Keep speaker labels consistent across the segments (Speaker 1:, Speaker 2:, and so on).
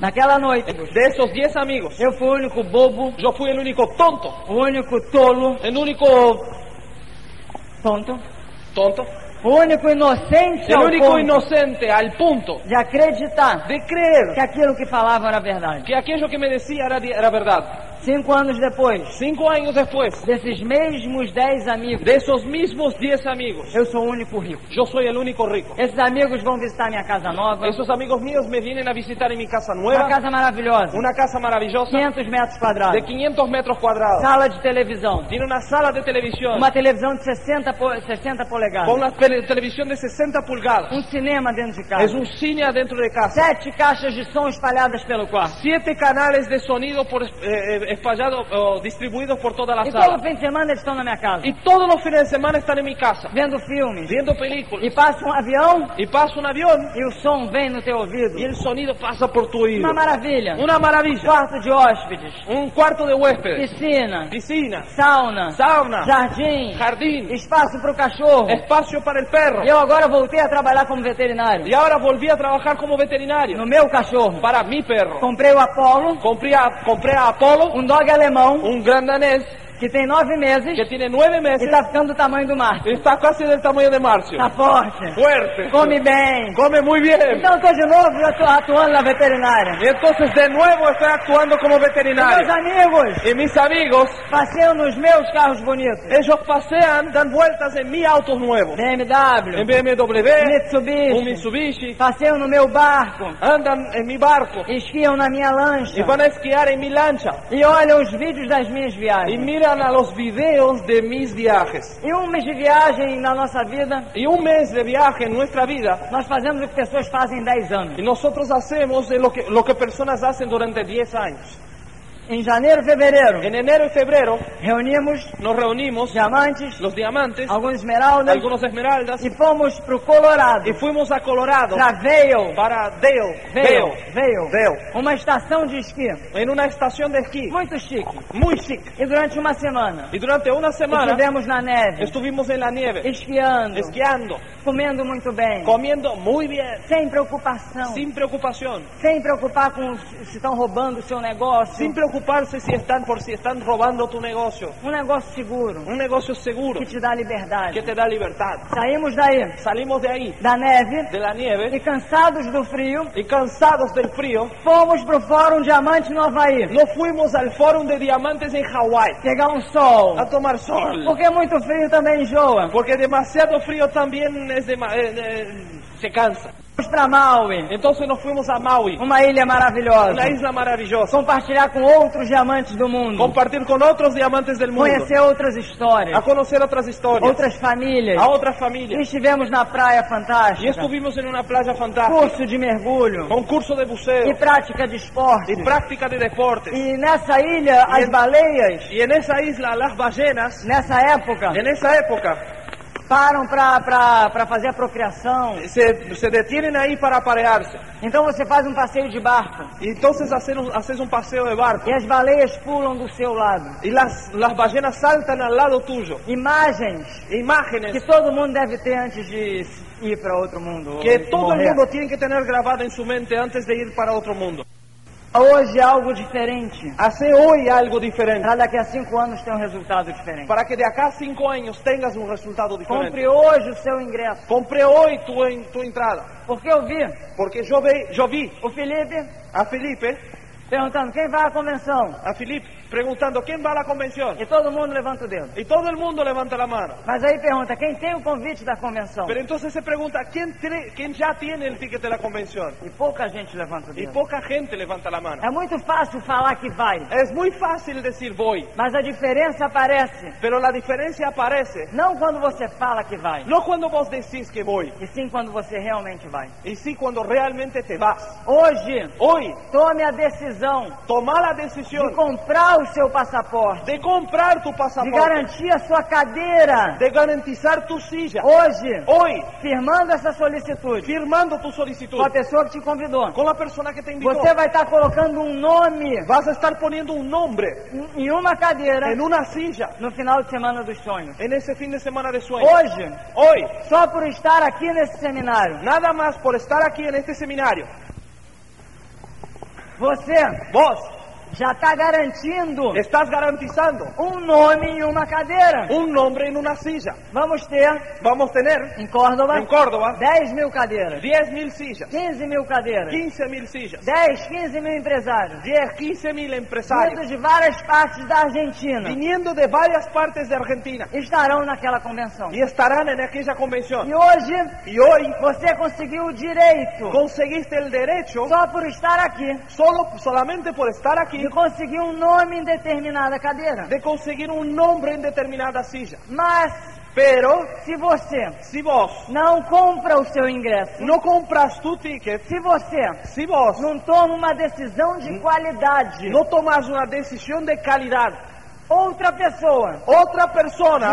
Speaker 1: Naquela noite,
Speaker 2: De esos 10 amigos,
Speaker 1: eu fui o único bobo,
Speaker 2: yo fui el único tonto,
Speaker 1: o único tolo,
Speaker 2: el único
Speaker 1: tonto,
Speaker 2: tonto,
Speaker 1: o único inocente
Speaker 2: el
Speaker 1: ao
Speaker 2: é único
Speaker 1: ponto
Speaker 2: inocente al punto
Speaker 1: de acreditar
Speaker 2: de creer
Speaker 1: que aquilo que falava era verdade.
Speaker 2: que aquello que me decía era, di- era verdad.
Speaker 1: Cinco anos depois,
Speaker 2: Cinco años después,
Speaker 1: desses mesmos dez amigos,
Speaker 2: de esos mismos 10 amigos,
Speaker 1: eu sou o único rico.
Speaker 2: yo soy el único rico.
Speaker 1: Esses amigos vão visitar minha casa nova,
Speaker 2: Esos amigos míos me vienen a visitar en mi casa
Speaker 1: uma
Speaker 2: nueva,
Speaker 1: casa maravilhosa,
Speaker 2: una casa maravillosa
Speaker 1: 500 metros
Speaker 2: de
Speaker 1: quadrados,
Speaker 2: 500 metros cuadrados.
Speaker 1: sala de televisão,
Speaker 2: Tiene una sala de televisión
Speaker 1: uma televisão de 60, po- 60 polegadas,
Speaker 2: con una tele- televisión de 60 pulgadas.
Speaker 1: um cinema dentro de
Speaker 2: Es
Speaker 1: casa,
Speaker 2: un cine adentro de casa.
Speaker 1: sete caixas de som espalhadas pelo quarto.
Speaker 2: Siete canales de sonido por, eh, eh, espallado, o distribuidos por toda la
Speaker 1: E
Speaker 2: sala.
Speaker 1: todo fim de semana eles estão na minha casa,
Speaker 2: Y todos los fines de semana están en mi casa,
Speaker 1: vendo filmes,
Speaker 2: viendo
Speaker 1: e
Speaker 2: películas.
Speaker 1: passa um avião
Speaker 2: Y pasa un avión
Speaker 1: e o som vem no teu ouvido.
Speaker 2: y el sonido pasa por tu oído.
Speaker 1: Uma maravilha.
Speaker 2: Una maravilla.
Speaker 1: Quarto de hóspedes,
Speaker 2: Un cuarto de huéspedes,
Speaker 1: piscina,
Speaker 2: piscina,
Speaker 1: sauna,
Speaker 2: sauna,
Speaker 1: jardim, É.
Speaker 2: jardín,
Speaker 1: espaço para o cachorro.
Speaker 2: espacio para el perro.
Speaker 1: Eu agora voltei a trabalhar como veterinário.
Speaker 2: Y ahora volví a trabajar como veterinario
Speaker 1: No meu cachorro.
Speaker 2: para mi perro.
Speaker 1: Comprei o Apollo,
Speaker 2: Compré a, compré a Apolo,
Speaker 1: um dog alemão,
Speaker 2: un gran danés
Speaker 1: Um que tem nove meses
Speaker 2: que tiene nueve
Speaker 1: e
Speaker 2: meses
Speaker 1: está ficando do tamanho do mar.
Speaker 2: y está casi del tamaño de Marcio.
Speaker 1: Tá forte,
Speaker 2: Fuerte.
Speaker 1: come bem.
Speaker 2: Come muy bien.
Speaker 1: Então eu tô de novo, eu tô atuando na veterinária.
Speaker 2: Y entonces de nuevo estoy actuando como
Speaker 1: E meus
Speaker 2: veterinario.
Speaker 1: amigos
Speaker 2: Y mis amigos,
Speaker 1: passeiam nos meus carros bonitos.
Speaker 2: ellos pasean, dan vueltas en mi autos nuevos. En
Speaker 1: BMW,
Speaker 2: BMW, un
Speaker 1: Um Mitsubishi,
Speaker 2: Mitsubishi,
Speaker 1: passeiam no meu barco,
Speaker 2: andan en mi barco
Speaker 1: esquiam na minha lancha
Speaker 2: y van a esquiar en mi lancha.
Speaker 1: e olham os vídeos das minhas
Speaker 2: Y
Speaker 1: viagens.
Speaker 2: miran a los videos de mis viajes.
Speaker 1: Em um mês de viagem na nossa vida,
Speaker 2: Y un mes de viaje en nuestra vida
Speaker 1: nós fazemos o que pessoas fazem em 10 anos.
Speaker 2: Y nosotros hacemos eh, lo que, lo que personas hacen durante 10 años.
Speaker 1: Em janeiro e fevereiro,
Speaker 2: En enero y febrero
Speaker 1: reunimos
Speaker 2: nos reunimos,
Speaker 1: diamantes,
Speaker 2: los diamantes,
Speaker 1: alguns esmeraldas
Speaker 2: algunos esmeraldas,
Speaker 1: e fomos pro Colorado,
Speaker 2: y fuimos a Colorado
Speaker 1: pra Vail,
Speaker 2: para Dale,
Speaker 1: Vail,
Speaker 2: Dale,
Speaker 1: Vail,
Speaker 2: Dale,
Speaker 1: uma estação de esqui
Speaker 2: en una estación de esquí
Speaker 1: muito chique.
Speaker 2: muy chic.
Speaker 1: E durante uma semana,
Speaker 2: Y durante una semana
Speaker 1: estivemos na neve,
Speaker 2: estuvimos en la nieve,
Speaker 1: esquiando,
Speaker 2: esquiando,
Speaker 1: comendo muito bem,
Speaker 2: comiendo muy bien,
Speaker 1: sem preocupação,
Speaker 2: sin preocupación,
Speaker 1: sem preocupar com se se estão roubando o seu negócio,
Speaker 2: sin preocuparse si están por si están robando tu negocio.
Speaker 1: um negócio seguro,
Speaker 2: Un negocio seguro
Speaker 1: que te dá liberdade.
Speaker 2: que te da libertad.
Speaker 1: Saímos daí,
Speaker 2: Salimos de ahí,
Speaker 1: da neve,
Speaker 2: de la nieve,
Speaker 1: e cansados do frio,
Speaker 2: y cansados del frío,
Speaker 1: fomos pro Fórum Diamante no Havaí.
Speaker 2: No fuimos al Fórum de Diamantes en Hawái
Speaker 1: pegar um sol.
Speaker 2: a tomar sol.
Speaker 1: Porque muito frio também enjoa.
Speaker 2: Porque demasiado frío también es dema- eh, eh, se cansa.
Speaker 1: Fomos para Maui,
Speaker 2: Entonces nos fuimos a Maui,
Speaker 1: uma ilha maravilhosa.
Speaker 2: una isla maravillosa.
Speaker 1: Compartilhar com outros diamantes do mundo.
Speaker 2: Compartir con otros diamantes del mundo.
Speaker 1: Conhecer outras histórias,
Speaker 2: A conocer otras historias.
Speaker 1: outras famílias.
Speaker 2: A otras
Speaker 1: E
Speaker 2: familias.
Speaker 1: estivemos na praia
Speaker 2: Y
Speaker 1: fantástica.
Speaker 2: estuvimos en una playa fantástica.
Speaker 1: Curso de mergulho
Speaker 2: Con curso de buceo.
Speaker 1: e prática de esporte.
Speaker 2: Y práctica de deportes.
Speaker 1: E nessa ilha, as
Speaker 2: E-
Speaker 1: baleias,
Speaker 2: Y en esa isla las ballenas,
Speaker 1: nessa época,
Speaker 2: en esa época,
Speaker 1: param pra, pra, pra fazer a procriação.
Speaker 2: se, se detienen ahí para aparearse.
Speaker 1: Então você faz un passeio de barco.
Speaker 2: Y entonces hacer un- haces un paseo de barco.
Speaker 1: E as baleias pulam do seu lado.
Speaker 2: Y las, las ballenas saltan al lado tuyo.
Speaker 1: Imagens que
Speaker 2: Imágenes
Speaker 1: todo mundo deve ter antes de ir para outro mundo.
Speaker 2: que
Speaker 1: ou
Speaker 2: todo el
Speaker 1: morrer.
Speaker 2: mundo tiene que tener grabada en su mente antes de ir para otro mundo.
Speaker 1: Hoje é algo diferente.
Speaker 2: Hace hoy algo diferente
Speaker 1: Para daqui a cinco anos ter um resultado diferente.
Speaker 2: para que de acá a cinco años tengas un resultado diferente.
Speaker 1: Compre hoje o seu ingresso.
Speaker 2: Compré hoy tu, en- tu entrada
Speaker 1: Porque eu vi
Speaker 2: porque yo, ve, yo vi
Speaker 1: o Felipe
Speaker 2: a Felipe,
Speaker 1: perguntando quem vai à convenção.
Speaker 2: a Felipe preguntando quién va a la convención
Speaker 1: E todo mundo levanta o dedo.
Speaker 2: y todo el mundo levanta la mano.
Speaker 1: Mas aí pergunta quem tem o convite da convenção.
Speaker 2: Pero entonces se pregunta quién, tre- quién ya tiene el ticket de la convención
Speaker 1: E pouca gente levanta o
Speaker 2: y
Speaker 1: dedo.
Speaker 2: poca gente levanta la mano.
Speaker 1: É muito fácil falar que vai.
Speaker 2: Es muy fácil decir voy,
Speaker 1: Mas a diferença aparece
Speaker 2: pero la diferencia aparece
Speaker 1: não quando você fala que vai,
Speaker 2: No cuando vos decís que voy,
Speaker 1: e sim quando você realmente vai.
Speaker 2: y sí cuando realmente te vas.
Speaker 1: Hoje,
Speaker 2: Hoy,
Speaker 1: tome a decisão
Speaker 2: toma la
Speaker 1: de
Speaker 2: decisión
Speaker 1: comprar o seu passaporte,
Speaker 2: de comprar tu
Speaker 1: de
Speaker 2: pasaporte,
Speaker 1: garantir a sua cadeira.
Speaker 2: de garantizar tu silla.
Speaker 1: Oh. Hoje,
Speaker 2: Hoy,
Speaker 1: firmando essa solicitude
Speaker 2: firmando tu
Speaker 1: com
Speaker 2: solicitud
Speaker 1: a pessoa que te convidou,
Speaker 2: con la persona que te invitó.
Speaker 1: você vai estar colocando um nome
Speaker 2: Vas a estar poniendo un nombre
Speaker 1: em- em uma cadeira
Speaker 2: en una silla
Speaker 1: no final de semana dos sonhos.
Speaker 2: en ese fin de semana de sueño.
Speaker 1: Hoje,
Speaker 2: Hoy,
Speaker 1: só por estar aqui nesse seminário,
Speaker 2: nada más por estar aquí en este seminario,
Speaker 1: Você
Speaker 2: Vos
Speaker 1: já está garantindo
Speaker 2: estás garantizando
Speaker 1: um nome em uma cadeira.
Speaker 2: un nombre en una silla.
Speaker 1: Vamos ter
Speaker 2: Vamos a tener
Speaker 1: em Córdoba
Speaker 2: en Córdoba
Speaker 1: 10 mil cadeiras,
Speaker 2: 10.000 sillas,
Speaker 1: 15 mil cadeiras,
Speaker 2: 15.000 sillas,
Speaker 1: 10, 15 mil empresários,
Speaker 2: 10, 15.000 empresarios
Speaker 1: vindo de várias partes da Argentina.
Speaker 2: viniendo de varias partes de Argentina
Speaker 1: estarão naquela convenção.
Speaker 2: y estarán en aquella convención.
Speaker 1: E hoje
Speaker 2: Y hoy
Speaker 1: você conseguiu o direito,
Speaker 2: conseguiste el derecho
Speaker 1: só por estar aqui,
Speaker 2: solo solamente por estar aquí
Speaker 1: de conseguir um nome em determinada cadeira.
Speaker 2: de conseguir un nombre en determinada silla.
Speaker 1: Mas
Speaker 2: Pero
Speaker 1: se você
Speaker 2: si vos
Speaker 1: não compra o seu ingresso,
Speaker 2: no compras tu ticket,
Speaker 1: se você
Speaker 2: si vos
Speaker 1: não toma uma decisão de qualidade,
Speaker 2: no tomas una decisión de calidad,
Speaker 1: outra pessoa
Speaker 2: otra persona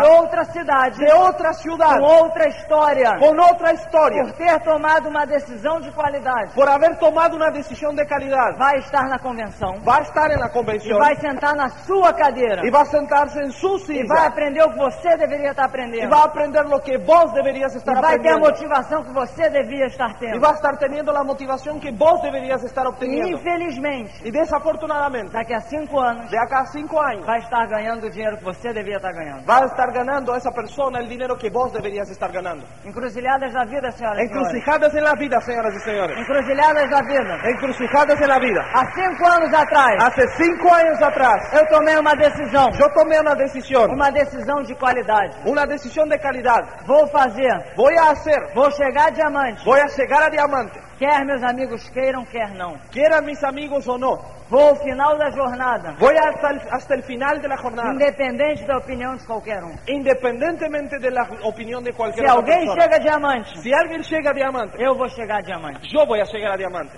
Speaker 1: Tá. de outra cidade,
Speaker 2: de otra ciudad
Speaker 1: com outra história,
Speaker 2: con otra historia
Speaker 1: por ter tomado uma decisão de qualidade,
Speaker 2: por haber tomado una decisión de calidad
Speaker 1: vai estar na convenção,
Speaker 2: va a estar en la
Speaker 1: e
Speaker 2: convención
Speaker 1: vai sentar na sua cadeira,
Speaker 2: y va a sentarse en su
Speaker 1: e vai
Speaker 2: silla
Speaker 1: aprender o que você deveria estar
Speaker 2: y
Speaker 1: aprendendo.
Speaker 2: va a aprender lo que vos deberías
Speaker 1: E
Speaker 2: estar
Speaker 1: vai ter a
Speaker 2: aprendiendo
Speaker 1: motivação que você devia estar
Speaker 2: y
Speaker 1: tendo.
Speaker 2: va a estar teniendo la motivación que vos deberías estar
Speaker 1: E
Speaker 2: obteniendo
Speaker 1: infelizmente,
Speaker 2: y desafortunadamente
Speaker 1: daqui a cinco anos,
Speaker 2: de acá a cinco años
Speaker 1: vai estar ganhando o dinheiro que você devia estar ganhando.
Speaker 2: va a estar ganando a esa persona el dinero que vos deberías estar ganando
Speaker 1: Encruzilhadas da vida, senhoras e senhores.
Speaker 2: encrucijadas en la vida señoras y señores
Speaker 1: Encruzilhadas da vida.
Speaker 2: encrucijadas en la vida
Speaker 1: Há cinco anos atrás,
Speaker 2: hace cinco años atrás
Speaker 1: eu tomei uma decisão.
Speaker 2: yo tomé una decisión
Speaker 1: Uma decisão de qualidade.
Speaker 2: una decisión de calidad
Speaker 1: Vou fazer.
Speaker 2: voy a hacer
Speaker 1: Vou chegar diamante.
Speaker 2: Voy a llegar a diamante,
Speaker 1: Quer meus amigos queiram, quer não.
Speaker 2: quieran mis amigos o no.
Speaker 1: Vou ao final da jornada.
Speaker 2: Voy hasta el, hasta el final de la jornada,
Speaker 1: Independente da opinião de qualquer um.
Speaker 2: independientemente de la opinión de
Speaker 1: Se
Speaker 2: cualquier otra
Speaker 1: alguém
Speaker 2: persona.
Speaker 1: chega diamante,
Speaker 2: Si alguien llega a diamante,
Speaker 1: eu vou chegar diamante.
Speaker 2: yo voy a llegar a diamante.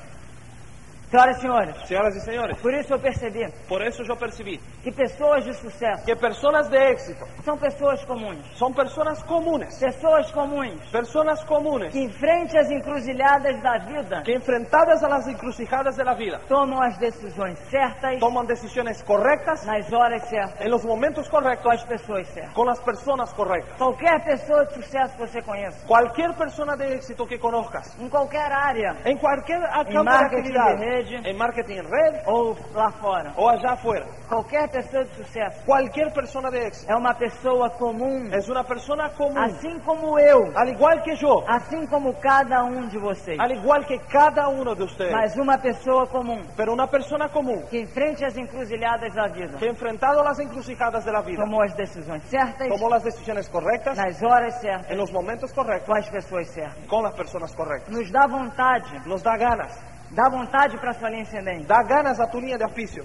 Speaker 1: Senhoras e senhores.
Speaker 2: Señoras y señores,
Speaker 1: Por isso eu percebi
Speaker 2: por eso yo percibí
Speaker 1: que pessoas de sucesso
Speaker 2: que personas de éxito
Speaker 1: são pessoas comuns.
Speaker 2: son personas comunes,
Speaker 1: Pessoas comuns
Speaker 2: personas comunes
Speaker 1: que, em frente às encruzilhadas da vida,
Speaker 2: que enfrentadas a las encrucijadas de la vida
Speaker 1: tomam as decisões certas,
Speaker 2: toman decisiones correctas
Speaker 1: nas horas certas,
Speaker 2: en los momentos
Speaker 1: com
Speaker 2: correctos
Speaker 1: as pessoas certas.
Speaker 2: con las personas correctas.
Speaker 1: Qualquer pessoa de sucesso que você conheça,
Speaker 2: Cualquier persona de éxito que conozcas,
Speaker 1: em qualquer área
Speaker 2: en cualquier campo de
Speaker 1: marketing de
Speaker 2: actividad,
Speaker 1: red.
Speaker 2: en marketing en red,
Speaker 1: ou lá fora,
Speaker 2: o allá afuera.
Speaker 1: qualquer pessoa de sucesso
Speaker 2: Cualquier persona de éxito
Speaker 1: é uma pessoa comum,
Speaker 2: es una persona común,
Speaker 1: assim como eu,
Speaker 2: al igual que yo,
Speaker 1: assim como cada um de vocês,
Speaker 2: al igual que cada uno de ustedes,
Speaker 1: mas uma pessoa comum
Speaker 2: pero una persona común
Speaker 1: que, em frente às encruzilhadas da vida,
Speaker 2: que ha enfrentado las encrucijadas de la vida,
Speaker 1: tomou as decisões certas,
Speaker 2: tomó las decisiones correctas,
Speaker 1: nas horas certas,
Speaker 2: en los momentos
Speaker 1: com
Speaker 2: correctos,
Speaker 1: as pessoas certas.
Speaker 2: con las personas correctas.
Speaker 1: Nos dá vontade,
Speaker 2: Nos da ganas,
Speaker 1: dá vontade para sua linha ascendente,
Speaker 2: da ganas a tu línea de oficio,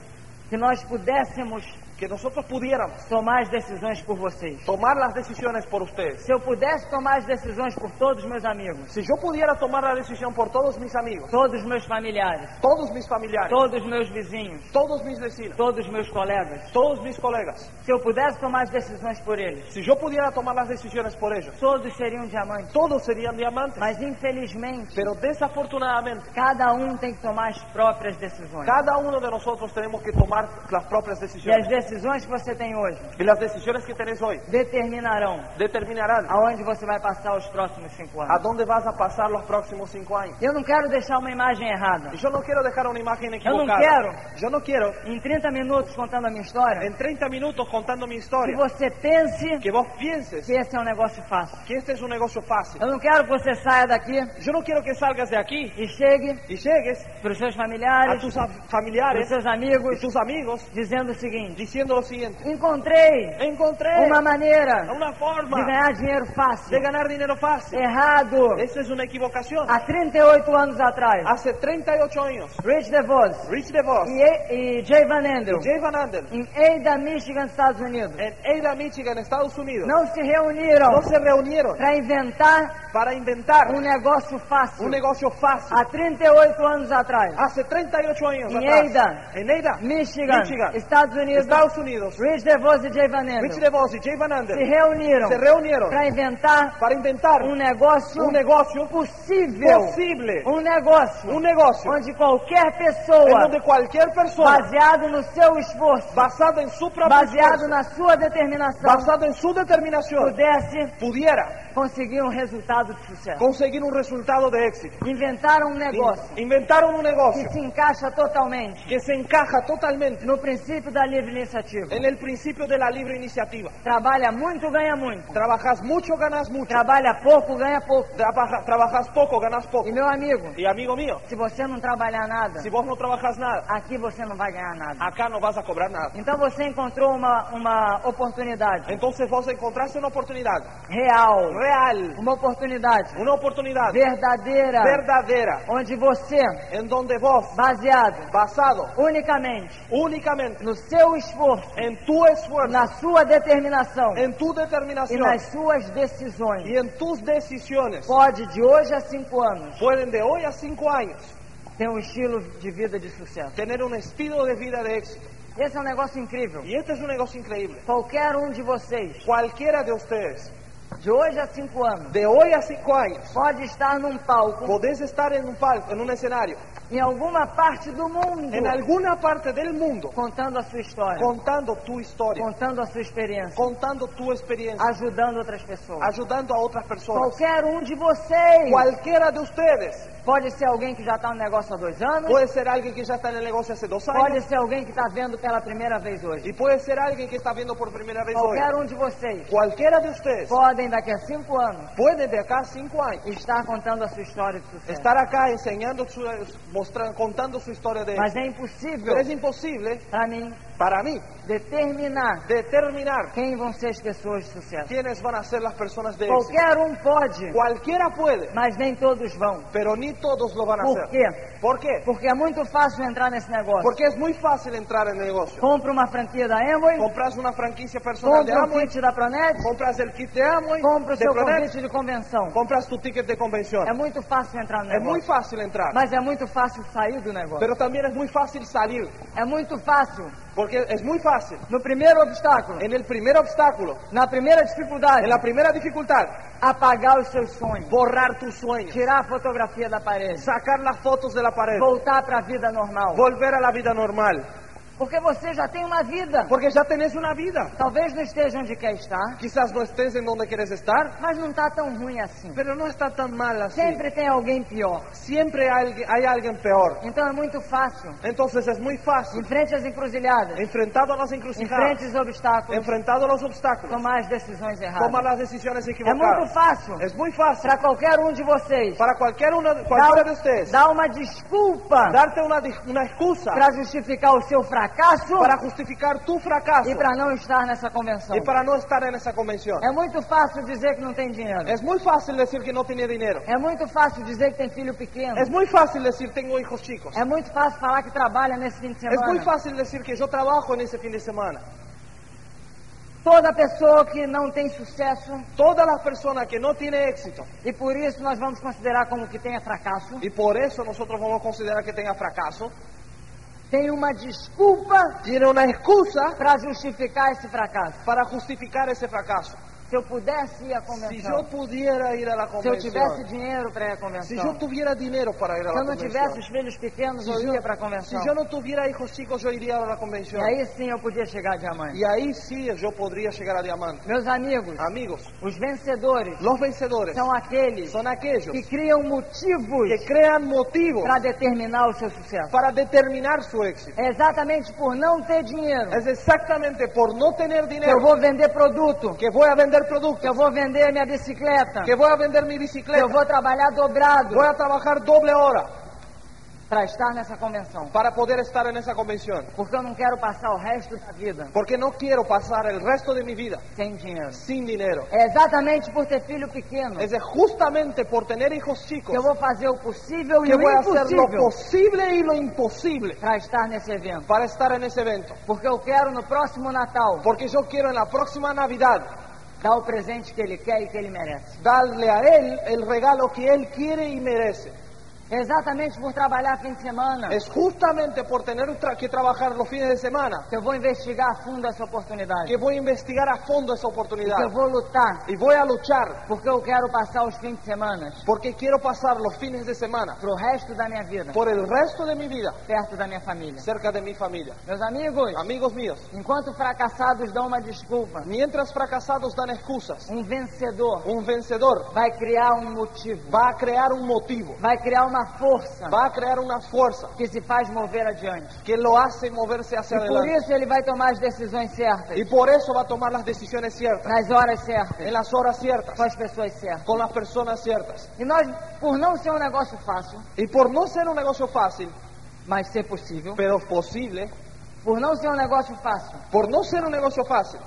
Speaker 1: que nós pudéssemos
Speaker 2: que nosotros pudiéramos
Speaker 1: tomar as decisões por vocês.
Speaker 2: tomar las decisiones por ustedes.
Speaker 1: Se eu pudesse tomar as decisões por todos meus amigos,
Speaker 2: Si yo pudiera tomar la decisión por todos mis amigos,
Speaker 1: todos meus familiares,
Speaker 2: todos mis familiares,
Speaker 1: todos meus vizinhos,
Speaker 2: todos mis vecinos,
Speaker 1: todos meus colegas,
Speaker 2: todos mis colegas,
Speaker 1: se eu pudesse tomar as decisões por eles,
Speaker 2: si yo pudiera tomar las decisiones por ellos,
Speaker 1: todos seriam diamantes.
Speaker 2: todos serían diamantes.
Speaker 1: Mas infelizmente,
Speaker 2: Pero desafortunadamente,
Speaker 1: cada um tem que tomar as próprias decisões.
Speaker 2: cada uno de nosotros tenemos que tomar las propias
Speaker 1: E as
Speaker 2: decisiones.
Speaker 1: decisões que você tem hoje
Speaker 2: Y las decisiones que tenés hoy
Speaker 1: determinarão
Speaker 2: determinarán
Speaker 1: aonde você vai passar os próximos cinco
Speaker 2: a
Speaker 1: anos.
Speaker 2: dónde vas a pasar los próximos cinco años.
Speaker 1: Eu não quero deixar uma imagem errada.
Speaker 2: Y yo no quiero dejar una imagen
Speaker 1: Yo no
Speaker 2: equivocada.
Speaker 1: quiero.
Speaker 2: Yo no quiero,
Speaker 1: Em 30 minutos contando a minha história,
Speaker 2: en 30 minutos contando mi
Speaker 1: que
Speaker 2: historia,
Speaker 1: você pense
Speaker 2: que vos pienses
Speaker 1: que esse é um negócio fácil.
Speaker 2: que este es un negocio fácil.
Speaker 1: Eu não quero que você saia daqui
Speaker 2: Yo no quiero que salgas de aquí
Speaker 1: e chegue
Speaker 2: y llegues
Speaker 1: para os seus
Speaker 2: a
Speaker 1: familiares,
Speaker 2: tus a-
Speaker 1: para os
Speaker 2: familiares
Speaker 1: seus
Speaker 2: y
Speaker 1: amigos,
Speaker 2: tus amigos
Speaker 1: dizendo o seguinte:
Speaker 2: diciendo lo siguiente.
Speaker 1: encontrei
Speaker 2: Encontré
Speaker 1: uma maneira
Speaker 2: una
Speaker 1: de
Speaker 2: forma
Speaker 1: ganhar dinheiro fácil,
Speaker 2: de ganar dinero fácil.
Speaker 1: errado.
Speaker 2: Esta es una equivocación.
Speaker 1: Há 38 anos atrás,
Speaker 2: Hace 38 años,
Speaker 1: Rich DeVos
Speaker 2: Rich DeVos
Speaker 1: e, e Jay Van Andel,
Speaker 2: Jay Van Andel
Speaker 1: em Ada, Michigan, Estados Unidos,
Speaker 2: en Ada, Michigan, Estados Unidos,
Speaker 1: não se reuniram
Speaker 2: no se reunieron
Speaker 1: para inventar
Speaker 2: para inventar
Speaker 1: um Ah. negócio fácil.
Speaker 2: un negocio fácil.
Speaker 1: Há 38 anos atrás,
Speaker 2: Hace 38 años
Speaker 1: En
Speaker 2: atrás,
Speaker 1: Ada,
Speaker 2: Ah, en Ada,
Speaker 1: Michigan,
Speaker 2: Michigan,
Speaker 1: Estados Unidos,
Speaker 2: Estados Unidos,
Speaker 1: Rich DeVos y Jay Van Enden
Speaker 2: Rich DeVos y Jay Van
Speaker 1: se
Speaker 2: Ander
Speaker 1: reunieron
Speaker 2: se reunieron
Speaker 1: para inventar
Speaker 2: para inventar
Speaker 1: um negócio
Speaker 2: un negocio
Speaker 1: possível.
Speaker 2: posible,
Speaker 1: Um negócio É
Speaker 2: un negocio
Speaker 1: onde qualquer
Speaker 2: en
Speaker 1: pessoa,
Speaker 2: donde cualquier persona,
Speaker 1: baseado no seu esforço,
Speaker 2: basada en Pues su propio
Speaker 1: baseado
Speaker 2: esfuerzo,
Speaker 1: na sua determinação,
Speaker 2: basado en su determinación,
Speaker 1: pudesse
Speaker 2: pudiera
Speaker 1: conseguir um resultado de sucesso.
Speaker 2: conseguir un resultado de éxito.
Speaker 1: Inventaram um negócio
Speaker 2: In- Inventaron un
Speaker 1: que
Speaker 2: negocio
Speaker 1: se encaixa totalmente
Speaker 2: que se encaja totalmente
Speaker 1: no princípio da livre iniciativa.
Speaker 2: en el principio de la libre iniciativa.
Speaker 1: Trabalha muito, ganha muito.
Speaker 2: Trabajas mucho, ganas mucho.
Speaker 1: Trabalha pouco, ganha pouco.
Speaker 2: Trabaja- trabajas poco, ganas poco.
Speaker 1: E meu amigo,
Speaker 2: Y amigo mío,
Speaker 1: se você não trabalhar nada,
Speaker 2: si vos no trabajas nada,
Speaker 1: aqui você não vai ganhar nada.
Speaker 2: acá no vas a cobrar nada.
Speaker 1: Então você encontrou uma, uma oportunidade
Speaker 2: Entonces vos encontraste una oportunidad
Speaker 1: real,
Speaker 2: real,
Speaker 1: uma oportunidade
Speaker 2: una oportunidad
Speaker 1: verdadeira,
Speaker 2: verdadera,
Speaker 1: onde você,
Speaker 2: en donde vos,
Speaker 1: baseado
Speaker 2: basado
Speaker 1: unicamente
Speaker 2: únicamente
Speaker 1: no seu esforço,
Speaker 2: en tu esfuerzo,
Speaker 1: na sua determinação
Speaker 2: en tu
Speaker 1: e
Speaker 2: determinación
Speaker 1: nas suas decisões,
Speaker 2: y en tus decisiones,
Speaker 1: pode de hoje a cinco anos
Speaker 2: pueden de hoy a cinco años
Speaker 1: ter um estilo de vida de sucesso.
Speaker 2: tener un estilo de vida de éxito.
Speaker 1: Esse é um negócio incrível.
Speaker 2: Y este es un negocio increíble.
Speaker 1: Qualquer um de vocês,
Speaker 2: Cualquiera de ustedes,
Speaker 1: de hoje a cinco anos,
Speaker 2: de hoy a cinco años,
Speaker 1: pode estar num palco
Speaker 2: podés estar en un palco, en un escenario,
Speaker 1: em alguma parte do mundo
Speaker 2: en alguna parte del mundo,
Speaker 1: contando a sua história,
Speaker 2: contando tu historia,
Speaker 1: contando a sua experiência,
Speaker 2: contando tu experiencia,
Speaker 1: ajudando outras pessoas.
Speaker 2: ayudando a otras personas.
Speaker 1: Qualquer um de vocês
Speaker 2: Cualquiera de ustedes
Speaker 1: pode ser alguém que já está no negócio há dois anos,
Speaker 2: puede ser alguien que ya está en el negocio hace dos
Speaker 1: pode
Speaker 2: años
Speaker 1: ser alguém que está vendo pela primeira vez hoje.
Speaker 2: y puede ser alguien que está viendo por primera vez hoy.
Speaker 1: Qualquer um de vocês
Speaker 2: Cualquiera de ustedes
Speaker 1: podem daqui a cinco anos
Speaker 2: puede de acá a cinco años
Speaker 1: estar contando a sua história de sucesso.
Speaker 2: estar acá enseñando, su, mostrando, contando su historia de
Speaker 1: Mas é impossível
Speaker 2: Pero es imposible
Speaker 1: para mim
Speaker 2: para mí
Speaker 1: determinar
Speaker 2: determinar
Speaker 1: quem vão ser as pessoas de sucesso.
Speaker 2: quiénes van a ser las personas de éxito.
Speaker 1: Qualquer um pode,
Speaker 2: Cualquiera puede,
Speaker 1: mas nem todos vão.
Speaker 2: pero ni todos lo van a
Speaker 1: Por
Speaker 2: hacer.
Speaker 1: quê?
Speaker 2: ¿Por qué?
Speaker 1: Porque é muito fácil entrar nesse negócio.
Speaker 2: Porque es muy fácil entrar en el negocio.
Speaker 1: Compra uma franquia da Amway,
Speaker 2: Compras una franquicia personal de
Speaker 1: compra o
Speaker 2: Amway,
Speaker 1: kit da Pronet,
Speaker 2: compras el kit de Amway,
Speaker 1: compra o
Speaker 2: de
Speaker 1: seu
Speaker 2: Pronet,
Speaker 1: convite de convenção.
Speaker 2: compras tu ticket de convención.
Speaker 1: É muito fácil entrar no
Speaker 2: Es muy
Speaker 1: negócio,
Speaker 2: É fácil entrar,
Speaker 1: mas é muito fácil sair do negócio.
Speaker 2: pero también es muy fácil salir,
Speaker 1: É muito fácil,
Speaker 2: porque es muy fácil.
Speaker 1: no primeiro obstáculo,
Speaker 2: En el primer obstáculo,
Speaker 1: na primeira dificuldade,
Speaker 2: en la primera dificultad,
Speaker 1: apagar os seus sonhos,
Speaker 2: borrar tus sueños,
Speaker 1: tirar a fotografia da parede,
Speaker 2: sacar las fotos de la pared,
Speaker 1: voltar para a vida normal.
Speaker 2: volver a la vida normal.
Speaker 1: Porque você já tem uma vida.
Speaker 2: Porque ya tenés una vida.
Speaker 1: Talvez não esteja onde quer estar,
Speaker 2: Quizás no estés en donde quieres estar,
Speaker 1: mas não está tão ruim assim.
Speaker 2: pero no está tan mal así.
Speaker 1: Sempre tem alguém pior.
Speaker 2: Siempre hay, alguien- hay alguien peor.
Speaker 1: Então é muito fácil.
Speaker 2: Entonces es muy fácil,
Speaker 1: Em frente às encruzilhadas,
Speaker 2: enfrentado a las
Speaker 1: em
Speaker 2: encrucijadas,
Speaker 1: frente aos obstáculos,
Speaker 2: enfrentado a los obstáculos,
Speaker 1: tomar as decisões
Speaker 2: tomar
Speaker 1: erradas.
Speaker 2: las decisiones
Speaker 1: É muito
Speaker 2: equivocadas.
Speaker 1: fácil
Speaker 2: Es muy fácil
Speaker 1: para qualquer um de vocês
Speaker 2: para cualquier uno, cualquiera de
Speaker 1: dar,
Speaker 2: ustedes
Speaker 1: dar uma desculpa
Speaker 2: darte una, dis- una excusa
Speaker 1: para justificar o seu fracasso
Speaker 2: para justificar tu fracaso
Speaker 1: e para não estar nessa convenção.
Speaker 2: y para no estar en esa convención.
Speaker 1: É muito fácil dizer que não tem dinheiro.
Speaker 2: Es muy fácil decir que no tenía dinero.
Speaker 1: É muito fácil dizer que tem filho pequeno.
Speaker 2: Es muy fácil decir tengo hijos chicos.
Speaker 1: É muito fácil falar que trabalha nesse fim de
Speaker 2: Es muy
Speaker 1: semana.
Speaker 2: fácil decir que yo trabajo en ese fin de semana.
Speaker 1: Toda pessoa que não tem sucesso,
Speaker 2: Todas las personas que no tiene éxito
Speaker 1: e por isso nós vamos considerar como que tenha fracasso,
Speaker 2: y por eso nosotros vamos a considerar que tenga fracaso,
Speaker 1: tem uma desculpa
Speaker 2: tiene una excusa
Speaker 1: para justificar esse fracasso.
Speaker 2: para justificar esse fracaso.
Speaker 1: Se eu pudesse ir à
Speaker 2: Si yo
Speaker 1: convenção,
Speaker 2: pudiera ir a la
Speaker 1: se eu tivesse
Speaker 2: convención,
Speaker 1: dinheiro para ir à
Speaker 2: si yo
Speaker 1: convenção,
Speaker 2: tuviera dinero para ir a
Speaker 1: se eu
Speaker 2: la
Speaker 1: não tivesse os
Speaker 2: convención,
Speaker 1: filhos pequenos,
Speaker 2: si
Speaker 1: eu ia para a
Speaker 2: yo, si
Speaker 1: convenção.
Speaker 2: yo no tuviera hijos chicos, yo iría a la
Speaker 1: E
Speaker 2: convención.
Speaker 1: aí sim eu podia chegar diamante.
Speaker 2: Y ahí sí yo podría llegar a diamante.
Speaker 1: Meus amigos,
Speaker 2: Amigos,
Speaker 1: os vencedores
Speaker 2: los vencedores
Speaker 1: são aqueles
Speaker 2: son aquellos
Speaker 1: que criam motivos
Speaker 2: que crean motivos
Speaker 1: para determinar o seu sucesso.
Speaker 2: para determinar su éxito.
Speaker 1: É exatamente por não ter dinheiro
Speaker 2: Es exactamente por no tener
Speaker 1: que eu
Speaker 2: dinero
Speaker 1: vou vender produto,
Speaker 2: que voy a
Speaker 1: que
Speaker 2: vender productos,
Speaker 1: eu vou vender minha bicicleta,
Speaker 2: que voy a vender mi
Speaker 1: que eu
Speaker 2: bicicleta,
Speaker 1: vou trabalhar dobrado
Speaker 2: voy a trabajar doble hora
Speaker 1: para estar nessa convenção.
Speaker 2: para poder estar en esa convención.
Speaker 1: Porque eu não quero passar o resto da vida
Speaker 2: Porque no quiero pasar el resto de mi vida
Speaker 1: sem dinheiro.
Speaker 2: sin dinero.
Speaker 1: É exatamente por ter filho pequeno
Speaker 2: Es de justamente por tener hijos
Speaker 1: que eu
Speaker 2: chicos
Speaker 1: vou fazer o possível e
Speaker 2: que
Speaker 1: o
Speaker 2: voy a hacer lo
Speaker 1: impossível
Speaker 2: posible y lo imposible
Speaker 1: para estar nesse evento.
Speaker 2: para estar en ese evento.
Speaker 1: Porque eu quero no próximo Natal
Speaker 2: Porque yo quiero en la próxima Navidad
Speaker 1: dar o presente que ele quer e que ele merece.
Speaker 2: darle a él el regalo que él quiere y merece.
Speaker 1: Exatamente por trabalhar fim de semana.
Speaker 2: Es justamente por tener tra- que trabajar los fines de semana
Speaker 1: Que eu vou investigar a fundo essa oportunidade.
Speaker 2: que voy a investigar a fondo esa
Speaker 1: E que
Speaker 2: oportunidad.
Speaker 1: eu vou lutar.
Speaker 2: Y voy a luchar
Speaker 1: Porque eu quero passar os fins de semana
Speaker 2: porque quiero pasar los fines de semana
Speaker 1: pro resto da minha vida.
Speaker 2: por el resto de mi vida
Speaker 1: Perto da minha família.
Speaker 2: cerca de mi familia.
Speaker 1: Meus amigos,
Speaker 2: Amigos míos,
Speaker 1: enquanto fracassados dão uma desculpa,
Speaker 2: mientras fracasados dan excusas,
Speaker 1: um vencedor
Speaker 2: un vencedor
Speaker 1: vai criar um motivo.
Speaker 2: va a crear un motivo,
Speaker 1: Vai criar uma força
Speaker 2: va a crear una fuerza
Speaker 1: que se faz mover adiante.
Speaker 2: que lo hace moverse hacia
Speaker 1: E por
Speaker 2: adelante.
Speaker 1: isso ele vai tomar as decisões certas,
Speaker 2: Y por eso va a tomar las decisiones ciertas,
Speaker 1: nas horas
Speaker 2: en
Speaker 1: certas,
Speaker 2: las horas ciertas,
Speaker 1: com as pessoas certas.
Speaker 2: con las personas ciertas.
Speaker 1: E nós, por não ser um negócio fácil,
Speaker 2: Y por no ser un negocio fácil,
Speaker 1: mas ser possível,
Speaker 2: pero posible,
Speaker 1: por não ser um negócio fácil,
Speaker 2: por no ser un negocio fácil,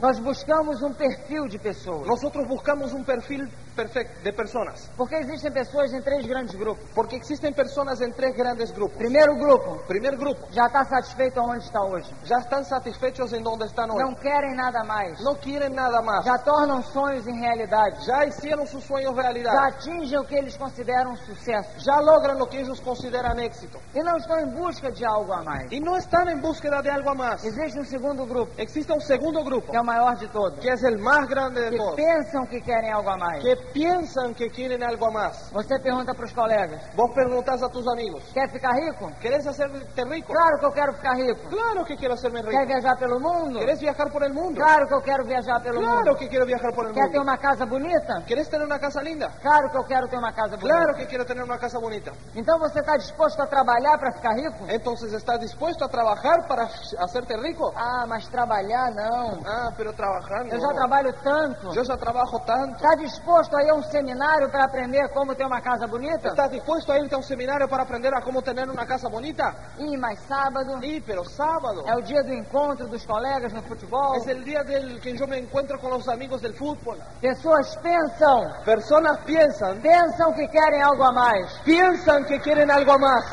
Speaker 1: nós buscamos um perfil de pessoas.
Speaker 2: nosotros buscamos un perfil perfecto de personas.
Speaker 1: Porque existem pessoas em três grandes grupos.
Speaker 2: Porque existen personas en tres grandes grupos.
Speaker 1: Primeiro grupo,
Speaker 2: Primer grupo,
Speaker 1: já está satisfeito onde está hoje.
Speaker 2: ya están satisfechos en donde están hoy.
Speaker 1: Não querem nada mais.
Speaker 2: No quieren nada más.
Speaker 1: Já tornam sonhos em realidade.
Speaker 2: Ya hicieron sus sueños
Speaker 1: Já
Speaker 2: realidad.
Speaker 1: atingem o que eles consideram um sucesso.
Speaker 2: Ya logran lo que ellos consideran éxito.
Speaker 1: E não estão em busca de algo a mais.
Speaker 2: Y no están en búsqueda de algo más.
Speaker 1: Existe um segundo grupo,
Speaker 2: Existe un segundo grupo,
Speaker 1: que é o maior de todos.
Speaker 2: que es el más grande de
Speaker 1: Que
Speaker 2: todos.
Speaker 1: pensam que querem algo a mais.
Speaker 2: que piensan que quieren algo más.
Speaker 1: Você pergunta para os colegas:
Speaker 2: Vos preguntás a tus amigos,
Speaker 1: quer ficar rico?
Speaker 2: ¿querés hacerte rico?
Speaker 1: Claro que eu quero ficar rico.
Speaker 2: Claro que quiero hacerme
Speaker 1: Quer
Speaker 2: rico.
Speaker 1: viajar pelo mundo?
Speaker 2: ¿Querés viajar por el mundo?
Speaker 1: Claro que eu quero viajar pelo
Speaker 2: Claro
Speaker 1: mundo.
Speaker 2: que quiero viajar por el
Speaker 1: Quer ter
Speaker 2: mundo.
Speaker 1: uma casa bonita?
Speaker 2: ¿Querés tener una casa linda?
Speaker 1: Claro que eu quero ter uma casa bonita.
Speaker 2: Claro que quiero tener una casa bonita.
Speaker 1: Então você está disposto a trabalhar para ficar rico?
Speaker 2: Entonces, ¿estás dispuesto a trabajar para hacerte rico?
Speaker 1: Ah, mas trabalhar não.
Speaker 2: Ah, pero trabajar
Speaker 1: Eu já
Speaker 2: no.
Speaker 1: trabalho tanto.
Speaker 2: Yo ya trabajo tanto.
Speaker 1: Está disposto a ir a um seminário para aprender como ter uma casa bonita?
Speaker 2: ¿Estás dispuesto a irte a un seminario para aprender a cómo tener una casa bonita?
Speaker 1: Ih, mas sábado
Speaker 2: Sí, pero sábado
Speaker 1: é o dia do encontro dos colegas no futebol.
Speaker 2: es el día del que yo me encuentro con los amigos del fútbol.
Speaker 1: Pessoas pensam,
Speaker 2: Personas piensan
Speaker 1: pensam que querem algo a mais.
Speaker 2: piensan que quieren algo más.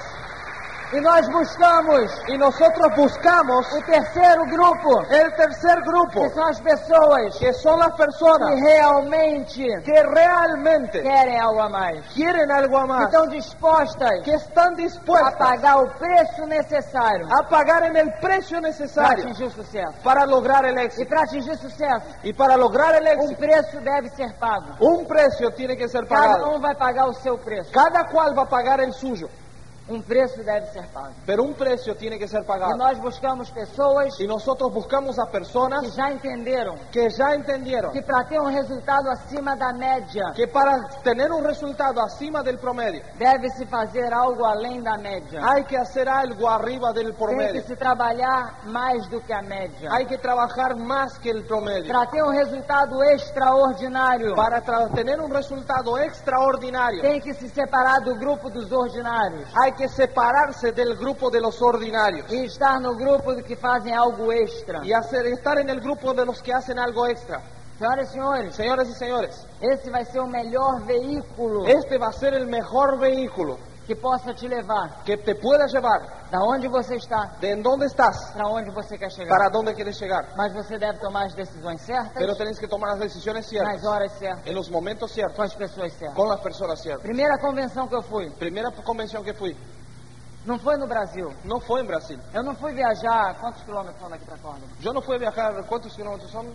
Speaker 1: E nós buscamos
Speaker 2: Y nosotros buscamos
Speaker 1: o terceiro grupo,
Speaker 2: el tercer grupo,
Speaker 1: que são as pessoas
Speaker 2: que son las
Speaker 1: que
Speaker 2: personas
Speaker 1: realmente
Speaker 2: que realmente
Speaker 1: querem algo a mais.
Speaker 2: quieren algo
Speaker 1: Que
Speaker 2: más,
Speaker 1: estão dispostas
Speaker 2: Ah. que están
Speaker 1: a
Speaker 2: dispuestas
Speaker 1: pagar o preço necessário
Speaker 2: a pagar en el precio
Speaker 1: para
Speaker 2: necesario
Speaker 1: atingir o sucesso.
Speaker 2: para lograr el
Speaker 1: E
Speaker 2: éxito.
Speaker 1: para atingir sucesso,
Speaker 2: Y para lograr el
Speaker 1: um
Speaker 2: éxito,
Speaker 1: preço deve ser pago.
Speaker 2: un precio tiene que ser
Speaker 1: Cada
Speaker 2: pagado.
Speaker 1: um vai pagar o seu preço.
Speaker 2: Cada cual va a pagar el suyo,
Speaker 1: Um preço deve ser pago.
Speaker 2: pero un precio tiene que ser
Speaker 1: E
Speaker 2: pagado.
Speaker 1: nós buscamos pessoas
Speaker 2: Y nosotros buscamos a
Speaker 1: que
Speaker 2: personas
Speaker 1: já entenderam
Speaker 2: que ya entendieron
Speaker 1: que para ter um resultado acima da média,
Speaker 2: que para tener un resultado acima del promedio,
Speaker 1: deve-se fazer algo além da média.
Speaker 2: Hay que hacer algo arriba del
Speaker 1: Tem que
Speaker 2: promedio.
Speaker 1: se trabalhar mais do que a média.
Speaker 2: Hay que trabajar más que el promedio.
Speaker 1: Para ter um resultado extraordinário,
Speaker 2: Para tra- tener un resultado extraordinario,
Speaker 1: tem que se separar do grupo dos ordinários
Speaker 2: hay que separarse del grupo de los ordinarios
Speaker 1: e estar no grupo do que fazem algo extra.
Speaker 2: y hacer, estar en el grupo de los que hacen algo extra.
Speaker 1: Senhoras e senhores,
Speaker 2: Señores y señores,
Speaker 1: esse vai ser o melhor veículo
Speaker 2: este va a ser el mejor vehículo
Speaker 1: que possa te levar
Speaker 2: que te pueda llevar
Speaker 1: da onde você está
Speaker 2: de en dónde estás
Speaker 1: para onde você quer chegar.
Speaker 2: para dónde quieres llegar.
Speaker 1: Mas você deve tomar as decisões certas,
Speaker 2: Pero tenés que tomar las decisiones
Speaker 1: nas
Speaker 2: ciertas,
Speaker 1: horas certas,
Speaker 2: en los momentos
Speaker 1: com
Speaker 2: ciertos,
Speaker 1: as pessoas certas.
Speaker 2: con las personas ciertas.
Speaker 1: Primeira convenção que eu fui,
Speaker 2: Primera convención que fui,
Speaker 1: não foi no Brasil.
Speaker 2: no fue en Brasil.
Speaker 1: Eu não fui viajar, quantos quilômetros são daqui para Córdoba?
Speaker 2: Yo no fui a viajar, ¿cuántos kilómetros son?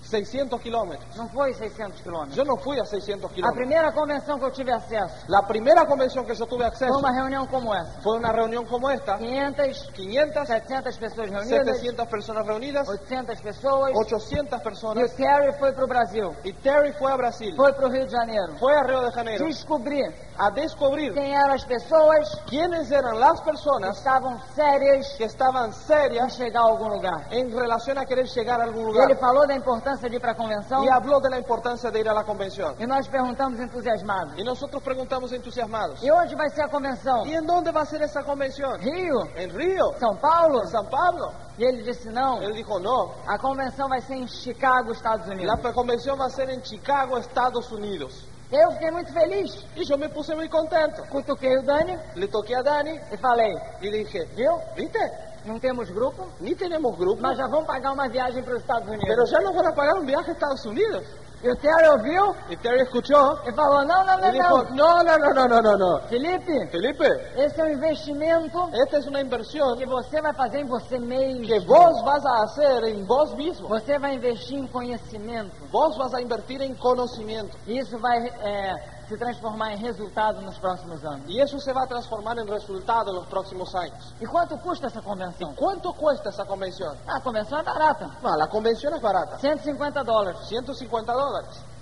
Speaker 2: 600 kilómetros.
Speaker 1: Não foi 600 quilômetros.
Speaker 2: Yo no fui a 600
Speaker 1: A
Speaker 2: kilómetros.
Speaker 1: primeira convenção que eu tive acesso
Speaker 2: La primera convención que yo tuve
Speaker 1: foi
Speaker 2: acceso
Speaker 1: uma reunião como essa.
Speaker 2: fue una reunión como esta,
Speaker 1: 500,
Speaker 2: 500,
Speaker 1: 700 pessoas reunidas,
Speaker 2: 700 personas reunidas,
Speaker 1: 800 pessoas.
Speaker 2: 800
Speaker 1: E
Speaker 2: personas.
Speaker 1: o Terry foi para o Brasil,
Speaker 2: Y Terry fue a Brasil,
Speaker 1: foi para o Rio de Janeiro.
Speaker 2: fue a Rio de Janeiro
Speaker 1: Descobri
Speaker 2: a descubrir
Speaker 1: quem eram as pessoas
Speaker 2: quiénes eran las
Speaker 1: que
Speaker 2: personas
Speaker 1: estavam sérias
Speaker 2: que estaban
Speaker 1: em
Speaker 2: serias
Speaker 1: chegar a algum lugar.
Speaker 2: en relación a querer llegar a algún
Speaker 1: Ele
Speaker 2: lugar.
Speaker 1: falou da importância de ir para a convenção
Speaker 2: Y habló de la importancia de ir a la convención.
Speaker 1: e nós perguntamos entusiasmados.
Speaker 2: Y nosotros preguntamos entusiasmados,
Speaker 1: E onde vai ser a convenção?
Speaker 2: ¿y en dónde va a ser esa convención?
Speaker 1: Rio?
Speaker 2: ¿En Río?
Speaker 1: São Paulo?
Speaker 2: en San Pablo.
Speaker 1: E ele disse não.
Speaker 2: Él dijo, no,
Speaker 1: A convenção vai ser em Chicago, Estados
Speaker 2: la
Speaker 1: Unidos.
Speaker 2: convención va a ser en Chicago, Estados Unidos.
Speaker 1: Eu fiquei muito feliz.
Speaker 2: Y yo me puse muy contento.
Speaker 1: Cutuquei o Dani
Speaker 2: Le toqué a Dani
Speaker 1: e falei,
Speaker 2: y le dije,
Speaker 1: viu?
Speaker 2: ¿viste?
Speaker 1: não temos grupo,
Speaker 2: ni tenemos grupo,
Speaker 1: mas já vão pagar uma viagem para os Estados
Speaker 2: pero
Speaker 1: Unidos.
Speaker 2: ya nos van a pagar un viaje a Estados Unidos.
Speaker 1: E o Theo ouviu
Speaker 2: Y Terry escuchó
Speaker 1: e falou, não, não,
Speaker 2: y
Speaker 1: não,
Speaker 2: dijo,
Speaker 1: não.
Speaker 2: no, no, no, no, no, no, no.
Speaker 1: Felipe,
Speaker 2: Felipe,
Speaker 1: esse é um investimento
Speaker 2: esta es una inversión
Speaker 1: que você vai fazer em você mesmo.
Speaker 2: que vos vas a hacer en vos mismo.
Speaker 1: Você vai investir em conhecimento.
Speaker 2: Vos vas a invertir en conocimiento.
Speaker 1: E isso vai é, se transformar em resultado nos próximos anos.
Speaker 2: Y eso se va a transformar en resultado en los próximos años.
Speaker 1: E quanto custa essa convenção?
Speaker 2: ¿Cuánto cuesta esa convención?
Speaker 1: Ah, a convenção é barata.
Speaker 2: No, la convención es barata,
Speaker 1: 150 dólares.
Speaker 2: 150 dólares.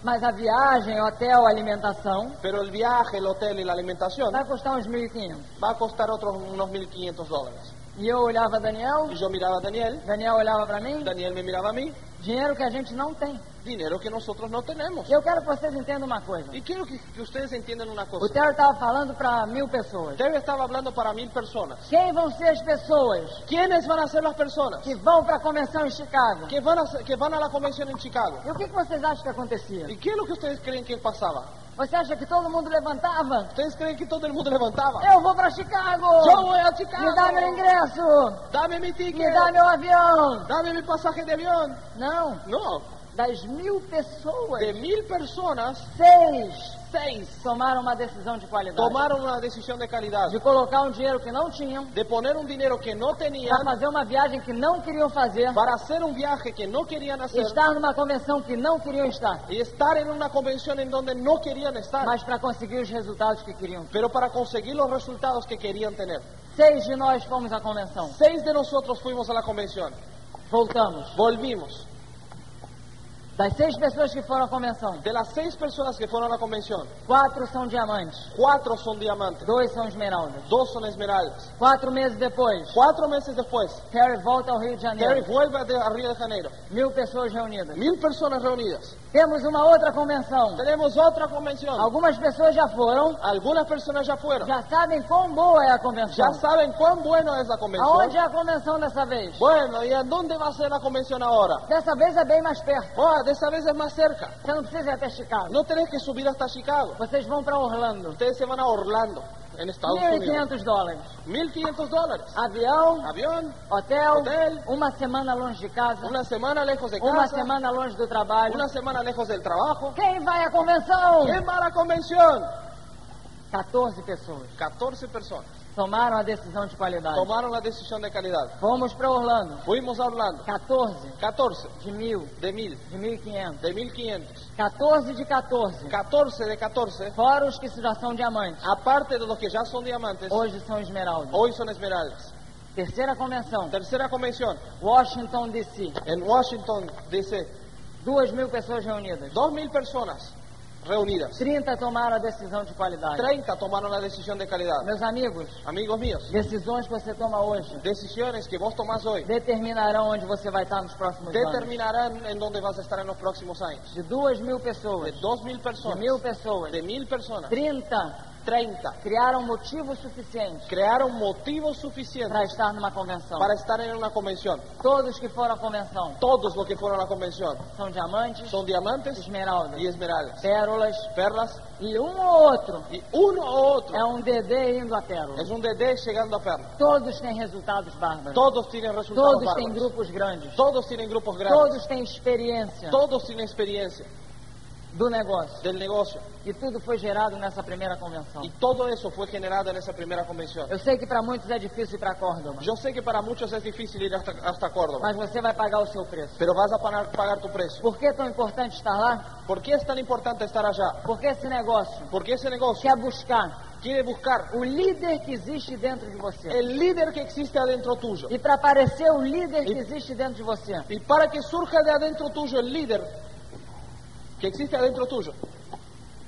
Speaker 1: Mas a viagem, hotel, alimentação
Speaker 2: Pero el viaje, el hotel y la alimentación
Speaker 1: vai custar uns 1.500.
Speaker 2: va a costar otros unos 1.500 dólares.
Speaker 1: E eu olhava Daniel,
Speaker 2: Y yo miraba a Daniel,
Speaker 1: Daniel olhava para mí,
Speaker 2: Daniel me miraba a mí,
Speaker 1: dinheiro que a gente não tem.
Speaker 2: dinero que nosotros no tenemos.
Speaker 1: E eu quero que vocês entendam uma coisa.
Speaker 2: Y quiero que, que ustedes entiendan una
Speaker 1: O
Speaker 2: cosa.
Speaker 1: Theo estava falando para mil pessoas.
Speaker 2: Terry estaba hablando para mil personas.
Speaker 1: Quem vão ser as pessoas
Speaker 2: ¿Quiénes van a ser las personas
Speaker 1: que vão para a convenção em Chicago?
Speaker 2: que van a, ser- que van a la convención en Chicago?
Speaker 1: E o que, que vocês acham que acontecia?
Speaker 2: ¿Y qué es lo que ustedes creen que pasaba?
Speaker 1: Você acha que todo mundo levantava?
Speaker 2: ¿Ustedes creen que todo el mundo levantaba?
Speaker 1: Eu vou para Chicago!
Speaker 2: Yo voy a Chicago.
Speaker 1: Me dá meu ingresso!
Speaker 2: Dame mi ticket.
Speaker 1: Me dá meu avião!
Speaker 2: Dame mi pasaje de avión.
Speaker 1: Não,
Speaker 2: No,
Speaker 1: das mil pessoas,
Speaker 2: de mil personas,
Speaker 1: seis
Speaker 2: seis
Speaker 1: tomaram uma decisão de qualidade.
Speaker 2: tomaron una decisión de calidad.
Speaker 1: De colocar um dinheiro que não tinham
Speaker 2: De poner un dinero que no tenían
Speaker 1: para fazer uma viagem que não queriam fazer,
Speaker 2: para hacer un viaje que no querían hacer
Speaker 1: estar numa convenção que não queriam estar,
Speaker 2: y estar en una convención en donde no querían estar,
Speaker 1: mas para conseguir os resultados que queriam.
Speaker 2: pero para conseguir los resultados que querían tener.
Speaker 1: Seis de nós fomos à convenção.
Speaker 2: Seis de nosotros fuimos a la convención,
Speaker 1: Voltamos.
Speaker 2: volvimos.
Speaker 1: Das seis pessoas que foram à convenção,
Speaker 2: De las seis personas que fueron a la convención,
Speaker 1: quatro são diamantes,
Speaker 2: cuatro son diamantes,
Speaker 1: dois são esmeraldas.
Speaker 2: dos son esmeraldas.
Speaker 1: Quatro meses depois,
Speaker 2: Cuatro meses después,
Speaker 1: Terry volta ao Rio de
Speaker 2: Terry
Speaker 1: Janeiro.
Speaker 2: vuelve a de- a Río de Janeiro.
Speaker 1: Mil pessoas reunidas.
Speaker 2: Mil personas reunidas.
Speaker 1: Temos uma outra convenção.
Speaker 2: Tenemos otra convención.
Speaker 1: Algumas pessoas já foram,
Speaker 2: Algunas personas ya fueron.
Speaker 1: já sabem quão boa é a
Speaker 2: Ya
Speaker 1: convenção.
Speaker 2: saben cuán bueno es la
Speaker 1: Aonde
Speaker 2: convención.
Speaker 1: é a convenção dessa vez?
Speaker 2: Bueno, ¿y a dónde va a ser la convención ahora?
Speaker 1: Dessa vez é bem mais perto.
Speaker 2: Oh, de esa vez es más cerca.
Speaker 1: Você não precisa ir até Chicago.
Speaker 2: No tenés que subir hasta Chicago.
Speaker 1: Vocês vão para Orlando.
Speaker 2: Ustedes se van a Orlando, en Estados Unidos.
Speaker 1: 1.500 dólares.
Speaker 2: 1.500 dólares.
Speaker 1: Avião,
Speaker 2: Avión,
Speaker 1: hotel,
Speaker 2: Hotel.
Speaker 1: uma semana longe de casa,
Speaker 2: una semana lejos de
Speaker 1: uma
Speaker 2: casa,
Speaker 1: semana longe do trabalho.
Speaker 2: una semana lejos del trabajo.
Speaker 1: Quem vai à convenção?
Speaker 2: ¿Quién va a la convención?
Speaker 1: 14 pessoas
Speaker 2: 14 personas
Speaker 1: tomaram a decisão de qualidade.
Speaker 2: tomaron la decisión de calidad.
Speaker 1: Fomos para Orlando.
Speaker 2: Fuimos a Orlando.
Speaker 1: 14
Speaker 2: 14
Speaker 1: de mil,
Speaker 2: de 1.000,
Speaker 1: de 1.500.
Speaker 2: de 1.500.
Speaker 1: 14 de 14.
Speaker 2: 14 de 14
Speaker 1: Fora os que já são diamantes.
Speaker 2: Aparte de los que ya son diamantes,
Speaker 1: Hoje são esmeraldas.
Speaker 2: hoy son esmeraldas.
Speaker 1: Terceira convenção,
Speaker 2: Tercera convención
Speaker 1: Washington DC.
Speaker 2: en Washington, dice,
Speaker 1: Duas mil pessoas reunidas.
Speaker 2: 2.000 personas reunidas.
Speaker 1: 30 tomaram a decisão de qualidade.
Speaker 2: 30 tomaron la decisión de calidad.
Speaker 1: Meus amigos,
Speaker 2: Amigos míos,
Speaker 1: decisões que você toma hoje
Speaker 2: decisiones que vos tomás hoy
Speaker 1: determinarão onde você vai estar nos próximos anos.
Speaker 2: determinarán en dónde vas a estar en los próximos años.
Speaker 1: De duas mil
Speaker 2: De
Speaker 1: pessoas,
Speaker 2: 2.000
Speaker 1: de mil
Speaker 2: personas,
Speaker 1: pessoas,
Speaker 2: de 1.000 personas,
Speaker 1: 30
Speaker 2: 30
Speaker 1: criaram motivo suficiente
Speaker 2: crearon motivos
Speaker 1: para
Speaker 2: suficientes
Speaker 1: estar numa convenção.
Speaker 2: para estar en una convención.
Speaker 1: Todos que foram à convenção
Speaker 2: Todos los que fueron a la convención
Speaker 1: são diamantes,
Speaker 2: son diamantes
Speaker 1: esmeraldas,
Speaker 2: y esmeraldas,
Speaker 1: pérolas
Speaker 2: perlas
Speaker 1: e um ou outro
Speaker 2: y uno u otro
Speaker 1: é um DD indo à pérola.
Speaker 2: Es un DD llegando a Perla.
Speaker 1: Todos têm resultados bárbaros.
Speaker 2: Todos tienen resultados
Speaker 1: Todos têm
Speaker 2: bárbaros.
Speaker 1: grupos grandes.
Speaker 2: Todos tienen grupos grandes.
Speaker 1: Todos têm experiência
Speaker 2: Todos tienen experiencia
Speaker 1: do negócio.
Speaker 2: del negocio.
Speaker 1: E tudo foi gerado nessa primeira convenção.
Speaker 2: Y todo eso fue generado en esa primera convención.
Speaker 1: Eu sei que para muitos é difícil ir para Córdoba,
Speaker 2: Yo sé que para muchos es difícil ir hasta, hasta Córdoba,
Speaker 1: mas você vai pagar o seu preço.
Speaker 2: pero vas a pagar, pagar tu precio.
Speaker 1: Por que é tão importante estar lá?
Speaker 2: ¿Por qué es tan importante estar allá?
Speaker 1: Porque esse negócio
Speaker 2: Porque ese negocio
Speaker 1: quer buscar
Speaker 2: quiere buscar
Speaker 1: o líder que existe dentro de você.
Speaker 2: el líder que existe adentro tuyo.
Speaker 1: E para aparecer o líder que existe dentro de você,
Speaker 2: Y para que surja de adentro tuyo el líder que existe adentro tuyo,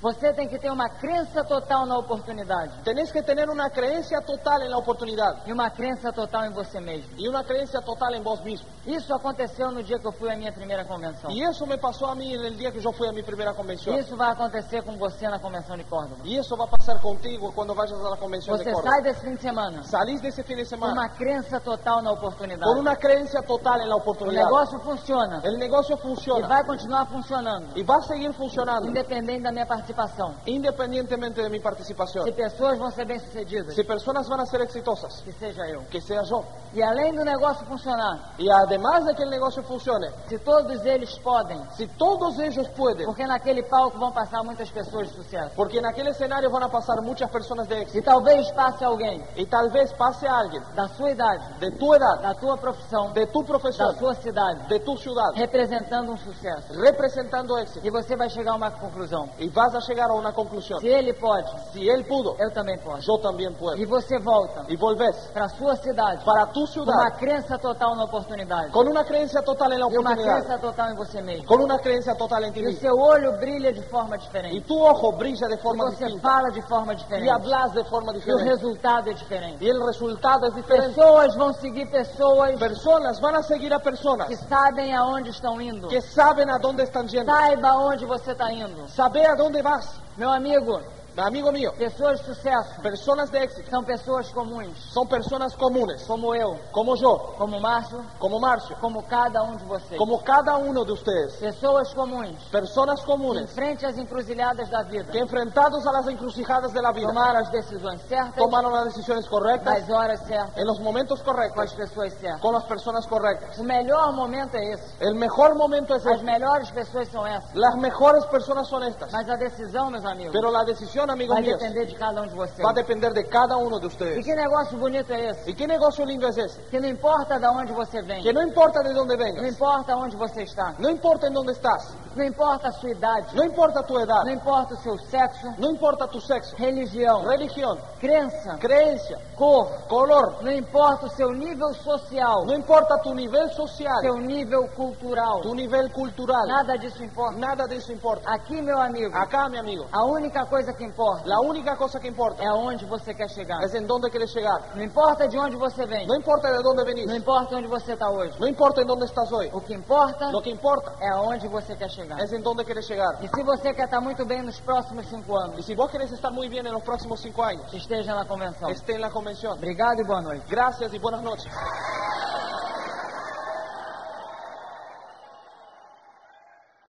Speaker 1: você tem que ter uma crença total na oportunidade
Speaker 2: tenés que tener una creencia total en la oportunidad
Speaker 1: e uma crença total em você mesmo.
Speaker 2: y una creencia total en vos mismo.
Speaker 1: Isso aconteceu no dia que eu fui à minha primeira convenção.
Speaker 2: Y eso me pasó a mí en el día que yo fui a mi primera convención.
Speaker 1: Isso vai acontecer com você na convenção de Córdoba.
Speaker 2: Y eso va a pasar contigo cuando vayas a la convención é de
Speaker 1: Você sai
Speaker 2: Córdoba.
Speaker 1: desse fim de semana
Speaker 2: Salís de ese fin de
Speaker 1: com
Speaker 2: semana
Speaker 1: uma crença total na
Speaker 2: con
Speaker 1: oportunidade.
Speaker 2: una creencia total en la
Speaker 1: O
Speaker 2: oportunidad.
Speaker 1: negócio funciona
Speaker 2: El negocio
Speaker 1: e
Speaker 2: funciona
Speaker 1: vai continuar funcionando,
Speaker 2: y va a seguir funcionando
Speaker 1: independente da minha participação.
Speaker 2: Independientemente de mi
Speaker 1: Se
Speaker 2: participación,
Speaker 1: pessoas vão ser bem-sucedidas,
Speaker 2: si personas van a ser exitosas,
Speaker 1: que seja eu.
Speaker 2: que sea yo.
Speaker 1: E além do negócio funcionar,
Speaker 2: Y además de que el negocio funcione,
Speaker 1: se todos eles podem,
Speaker 2: si todos ellos pueden,
Speaker 1: porque naquele palco vão passar muitas pessoas de sucesso.
Speaker 2: porque en aquel escenario van a pasar muchas personas de éxito,
Speaker 1: E talvez passe alguém
Speaker 2: y tal vez pase a alguien
Speaker 1: da sua idade,
Speaker 2: de tu edad,
Speaker 1: da tua profissão,
Speaker 2: de tu
Speaker 1: da
Speaker 2: profesión,
Speaker 1: sua cidade,
Speaker 2: de tu ciudad,
Speaker 1: representando um sucesso.
Speaker 2: representando éxito.
Speaker 1: E você vai chegar a uma conclusão.
Speaker 2: Y vas a llegar a una conclusión.
Speaker 1: Se ele pode,
Speaker 2: Si él pudo,
Speaker 1: eu também posso.
Speaker 2: yo también puedo.
Speaker 1: E você volta
Speaker 2: Y volvés
Speaker 1: para sua cidade
Speaker 2: para tu
Speaker 1: com uma
Speaker 2: ciudad
Speaker 1: crença total na oportunidade
Speaker 2: con una creencia total en la
Speaker 1: e uma
Speaker 2: oportunidad,
Speaker 1: crença total em você mesmo.
Speaker 2: con una creencia total en ti
Speaker 1: E o
Speaker 2: mismo.
Speaker 1: seu olho brilha de forma
Speaker 2: Y
Speaker 1: diferente.
Speaker 2: tu ojo brilla de
Speaker 1: E
Speaker 2: forma
Speaker 1: você
Speaker 2: distinta.
Speaker 1: fala de forma
Speaker 2: Y
Speaker 1: diferente.
Speaker 2: hablas de forma
Speaker 1: E o
Speaker 2: diferente.
Speaker 1: resultado é diferente.
Speaker 2: Y el resultado es diferente.
Speaker 1: Pessoas vão seguir pessoas
Speaker 2: Personas van a seguir a personas
Speaker 1: que sabem aonde estão indo.
Speaker 2: que saben a dónde están yendo.
Speaker 1: Saiba aonde você está indo.
Speaker 2: Sabe a dónde vas,
Speaker 1: Meu amigo,
Speaker 2: amigo mío.
Speaker 1: pessoas de sucesso
Speaker 2: Personas de éxito
Speaker 1: são pessoas comuns,
Speaker 2: son personas comunes,
Speaker 1: como eu,
Speaker 2: como yo,
Speaker 1: como Márcio,
Speaker 2: como Marcio,
Speaker 1: como cada um de vocês.
Speaker 2: como cada uno de ustedes.
Speaker 1: Pessoas comuns,
Speaker 2: Personas
Speaker 1: em
Speaker 2: comunes
Speaker 1: frente às encruzilhadas da vida,
Speaker 2: que enfrentados a las encrucijadas de la vida
Speaker 1: tomaram as decisões certas,
Speaker 2: tomaron las decisiones correctas
Speaker 1: nas horas certas,
Speaker 2: en los momentos
Speaker 1: com as
Speaker 2: correctos,
Speaker 1: pessoas certas.
Speaker 2: con las personas correctas.
Speaker 1: O melhor momento é esse.
Speaker 2: El mejor momento es
Speaker 1: As
Speaker 2: este.
Speaker 1: melhores pessoas são essas.
Speaker 2: Las mejores personas son estas.
Speaker 1: Mas a decisão, meus amigos,
Speaker 2: Pero la decisión, amigos
Speaker 1: vai
Speaker 2: míos,
Speaker 1: depender de cada um de vocês.
Speaker 2: va a depender de cada uno de
Speaker 1: E
Speaker 2: ustedes.
Speaker 1: que negócio bonito é esse?
Speaker 2: ¿Y qué negocio lindo es ese?
Speaker 1: Que não importa de onde você vem,
Speaker 2: Que no importa de dónde
Speaker 1: não
Speaker 2: vengas,
Speaker 1: importa onde você está,
Speaker 2: no importa en dónde estás,
Speaker 1: não importa a sua idade,
Speaker 2: no importa tu edad,
Speaker 1: não importa o seu sexo,
Speaker 2: no importa tu sexo,
Speaker 1: religião,
Speaker 2: religión,
Speaker 1: crença,
Speaker 2: creencia,
Speaker 1: cor,
Speaker 2: color,
Speaker 1: não importa o seu nível social,
Speaker 2: no importa tu nivel social,
Speaker 1: seu nível cultural,
Speaker 2: tu nivel cultural,
Speaker 1: nada disso importa.
Speaker 2: nada de eso importa.
Speaker 1: Aqui, meu amigo,
Speaker 2: Acá, mi amigo,
Speaker 1: a única coisa que importa
Speaker 2: la única cosa que importa
Speaker 1: é aonde você quer chegar.
Speaker 2: es en dónde quieres llegar.
Speaker 1: Não importa de onde você vem,
Speaker 2: No importa de dónde
Speaker 1: não
Speaker 2: venís,
Speaker 1: importa onde você está hoje.
Speaker 2: no importa en dónde estás hoy,
Speaker 1: O que importa
Speaker 2: lo que importa
Speaker 1: é aonde você quer chegar.
Speaker 2: es en dónde quieres llegar.
Speaker 1: E se você quer estar muito bem nos próximos cinco
Speaker 2: Y
Speaker 1: anos,
Speaker 2: si vos querés estar muy bien en los próximos cinco años,
Speaker 1: esteja na convenção.
Speaker 2: esté en la convención.
Speaker 1: Obrigado e boa noite.
Speaker 2: Gracias y buenas noches.